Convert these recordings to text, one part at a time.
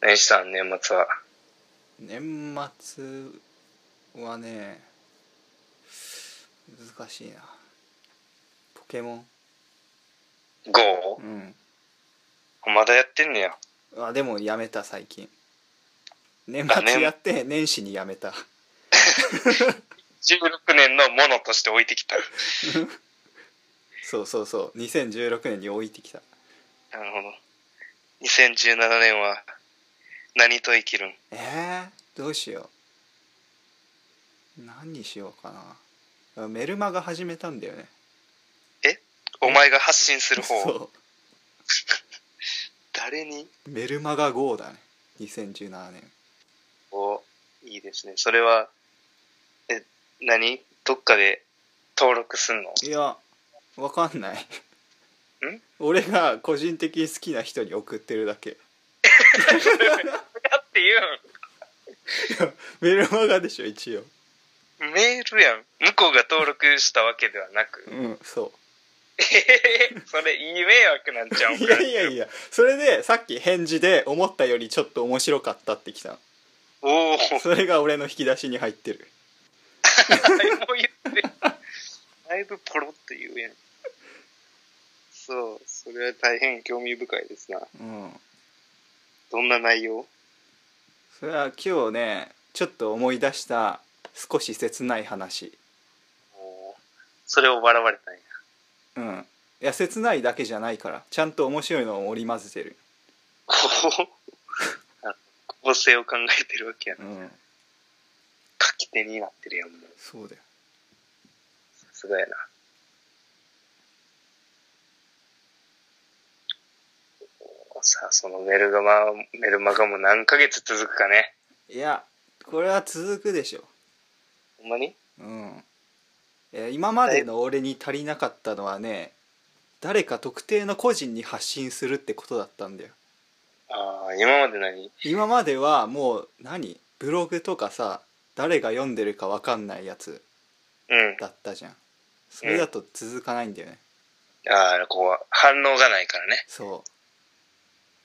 何したん年末は年末はね難しいなポケモン GO? う、んまだやってんねやあでもやめた最近年あ年末やって年始にやめた16年のものとして置いてきたそうそうそう2016年に置いてきたなるほど2017年は何と生きるんえー、どうしよう何にしようかなメルマガ始めたんだよねお前が発信する方そ誰にうメルマガ GO だね2017年おいいですねそれはえ何どっかで登録すんのいやわかんない俺が個人的に好きな人に送ってるだけだって言メルマガでしょ一応うんメールやん向こうが登録したわけではなくうんそえへへ それいい迷惑なんちゃうういやいやいやそれでさっき返事で思ったよりちょっと面白かったってきたのおおそれが俺の引き出しに入ってるもう言って だいぶポロって言うやんそうそれは大変興味深いですなうんどんな内容それは今日ねちょっと思い出した少し切ない話おーそれを笑われたんやうんいや切ないだけじゃないからちゃんと面白いのを織り交ぜてるおーあ構成を考えてるわけやなうん書き手になってるやんもうそうだよさすがやなおーさあそのメルガマメルマガも何ヶ月続くかねいやこれは続くでしょほんまにうんいや今までの俺に足りなかったのはね誰か特定の個人に発信するってことだったんだよああ今まで何今まではもう何ブログとかさ誰が読んでるか分かんないやつうんだったじゃんそれだと続かないんだよねああ、こう、反応がないからね。そ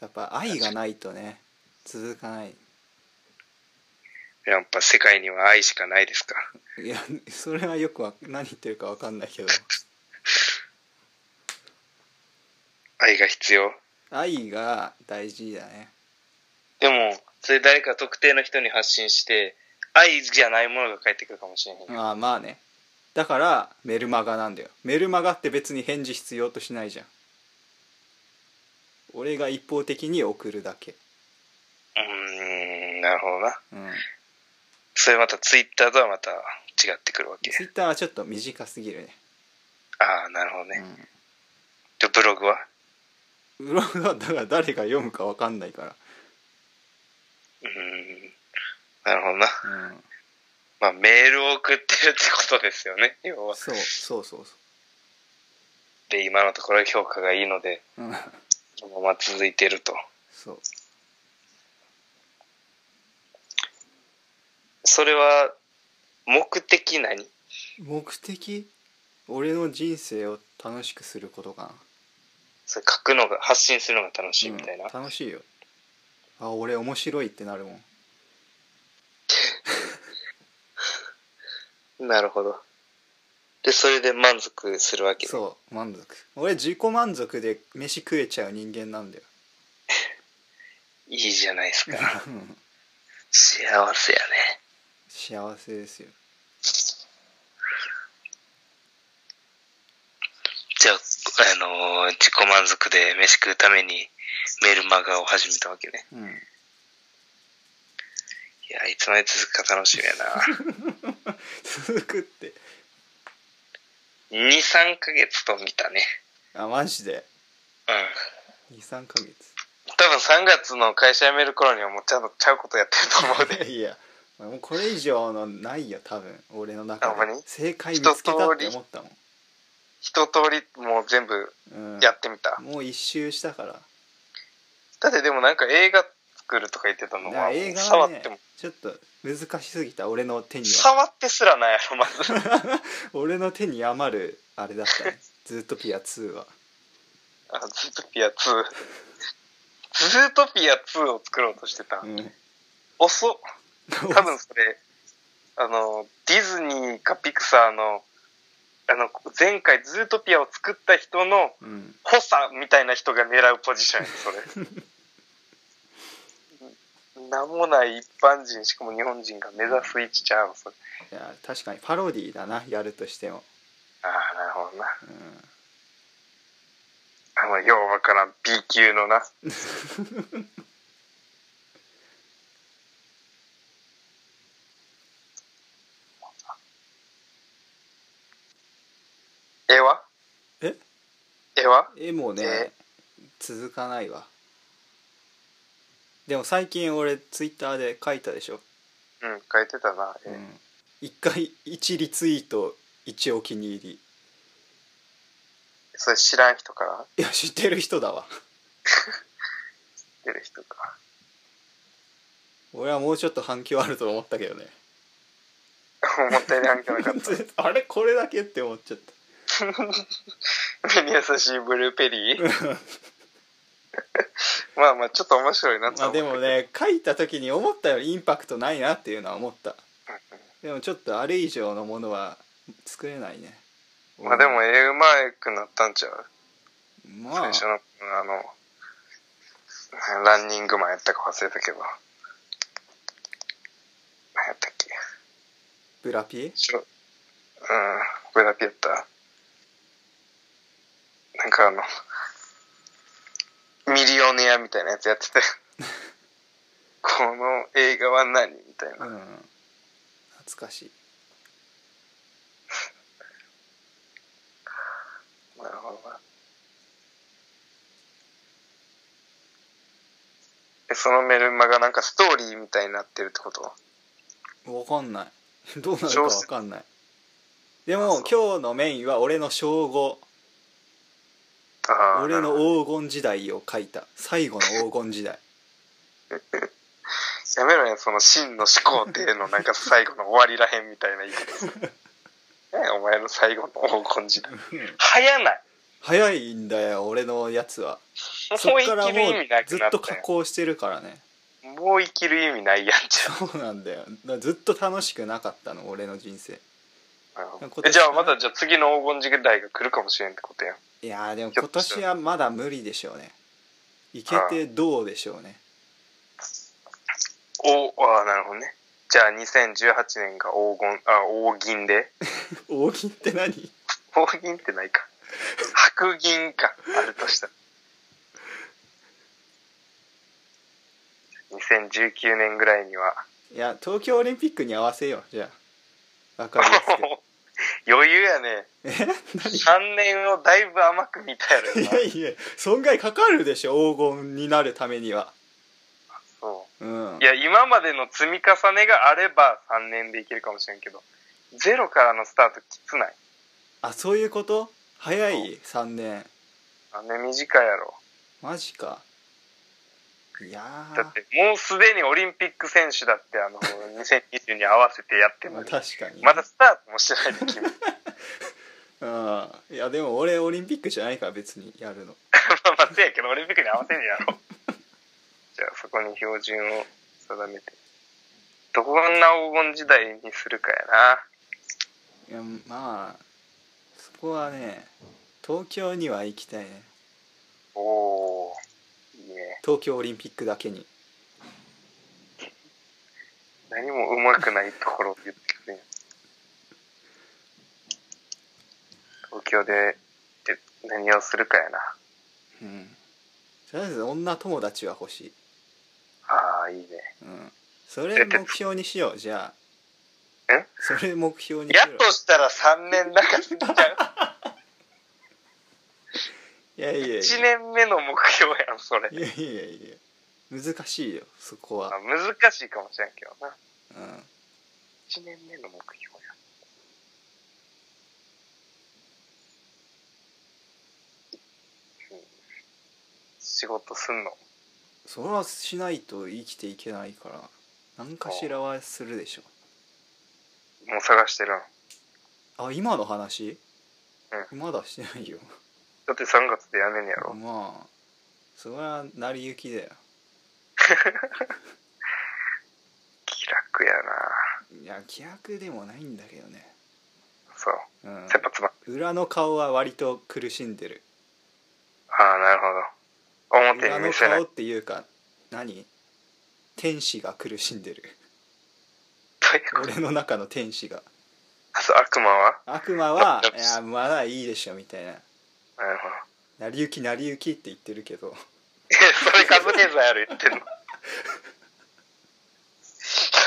うやっぱ愛がないとね続かないやっぱ世界には愛しかないですか。いやそれはよくわ何言ってるか分かんないけど愛が必要。愛が大事だねでも、それ誰か特定の人に発信して、愛じゃないものが返ってくるかもしれへんよ。まあまあねだからメルマガなんだよメルマガって別に返事必要としないじゃん俺が一方的に送るだけうーん、なるほどな。うんそれまたツイッターとはまた違ってくるわけ。ツイッターはちょっと短すぎるねああ、なるほどね。で、ブログはうん、ブログはだから誰が読むか分かんないかうーん、なるほどな。ら、うん、まあ、メールを送ってるってことですよね、要は。そうそうそうそで、今のところ評価がいいので、う、うん、そのまま続いてると。そうそれは、目的何目的俺の人生を楽しくすることかなそれ書くのが発信するのが楽しいみたいな、うん楽しいよあ俺面白いってなるもんなるほどでそれで満足するわけうそう満足俺自己満足で飯食えちゃう人間なんだよいいじゃないですかうん幸せやね幸せですよじゃああのー自己満足で飯食うためにメールマガを始めたわけねうんいやいつまで続くか楽しみやな 続くって23ヶ月と見たねあマジでうん23ヶ多分3月の会社辞める頃にはもうちゃんとちゃうことやってると思う月で いやもうこれ以上のないよ多分俺の中あほんまでに正解見つけたって思ったも一通りもう全部ん、うん、やってみた、もう一周したからだってでもなんか映画作るとか言ってたのだからは、映画触はっねてもちょっと難しすぎた俺の手には触ってすらないやろまず 俺の手に余るあれだったねズートピア2はあズートピア2。ズートピア2を作ろうとしてたう。ん、遅っ。多分それ、あの、ディズニーかピクサーの、あの、前回ズートピアを作った人の うん、補佐みたいな人が狙うポジションやそ れ。名もない一般人、しかも日本人が目指す位置ちゃうそれ。いや確かにパロディーだなやるとしても、ああ、なるほどな。うん、あの、ようわからん B 級のな。絵はえ絵は絵もね、え続かないわでも最近俺ツイッターで書いたでしょ、うん、書いてたな。絵うん、1回1リツイート1お気に入りそれ知らん人からいや知ってる人だわ 出る人か。 俺はもうちょっと反響あると思ったけどね思ったより反響なかった。 あれこれだけって思っちゃった目に優しいブルーペリー まあまあ、ちょっと面白いなとまあ思って。でもね書いた時に思ったよりインパクトないなっていうのは思ったでもちょっとあれ以上のものは作れないねまあでも、絵うまくなったんちゃうま最あ初の、あの、ランニングマンやったか忘れたけど。何やったっけブラピエちょ、うん、これだけやった。なんかあの、ミリオネアみたいなやつやって たよこの映画は何みたいなう。ん懐かしいなるほどな。え、そのメルマがなんかストーリーみたいになってるってことわかんない どうなるかわかんないでも今日のメインは俺の小5ああ。俺のなるほど黄金時代を書いた最後の黄金時 代やめろよ、その真の始皇帝のなんか最後の終わりらへんみたいな言い方する。ねえお前の最後の黄金時代。早ない。早いんだよ俺のやつはそもうっ生からきもるう意味なくずっなったと加工してるからねよもう生きる意味ないやんちゃそうなんだよだからずっと楽しくなかったの俺の人生今う。年えじゃあまだじゃあ次の黄金時代が来るかもしれんってことやん。いやーでもひょ今っとした年らはまだ無理でしょうねいけてどうでしょう ねお、ああ、なるほどね。じゃあ2018年が黄金、あ、黄銀で。 大銀って何黄銀ってないか。白銀か。あるとした ら。2019年ぐらいには。いや東京オリンピックに合わせようじゃあわかりやすく 余裕やね。え3年をだいぶ甘く見たやろいなやいや損害かかるでしょ黄金になるためにはそう。うんいや、今までの積み重ねがあれば3年でいけるかもしれんけど、ゼロからのスタートきつない。あそういうこと早い3年3年短いやろ。マジかいやだーって、もうすでにオリンピック選手だって、あの、2020に合わせてやってるまのあに、確かにまだスタートもしてないで君。まうんいやでも俺オリンピックじゃないから別にやるのあまあ、せやけど、オリンピックに合わせるや ろ。じゃあ、そこに標準を定めて。どこんな黄金時代にするかやな。いやまあそこはね東京には行きたいねおー、いいね。東京オリンピックだけに何もうまくないところを言ってくれん東京でえ何をするかやなうんとりあえず女友達は欲しい、ああいいねうん、それ目標にしようじゃあえそれ目標にしやよっとしたら3年長すぎちゃうういやいやいや1年目の目標やんそれいやいやいや難しいよそこあは、難しいかもしれんけどなうん、 1年目の目標やうん仕事すんのそれはしないと生きていけないから何かしらはするでしょもう探してるんあ今の話まだしてないよだって3月でやめんやろ。まあそれは成り行きだよ気楽やないや気楽でもないんだけどねそう。うん切羽詰まっ裏の顔は割と苦しんでるああ、なるほど。表裏にの見せな顔い。っていうか何天使が苦しんでるということ俺の中の天使が あそう悪魔は悪魔はそう「いやまだいいでしょ」みたいななるほど。 「成り行き成り行き」って言ってるけどえ、それカズレーザーやる言ってん の。カ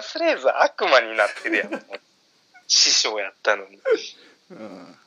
ズレーザー悪魔になってるやん。師匠やったのに。うん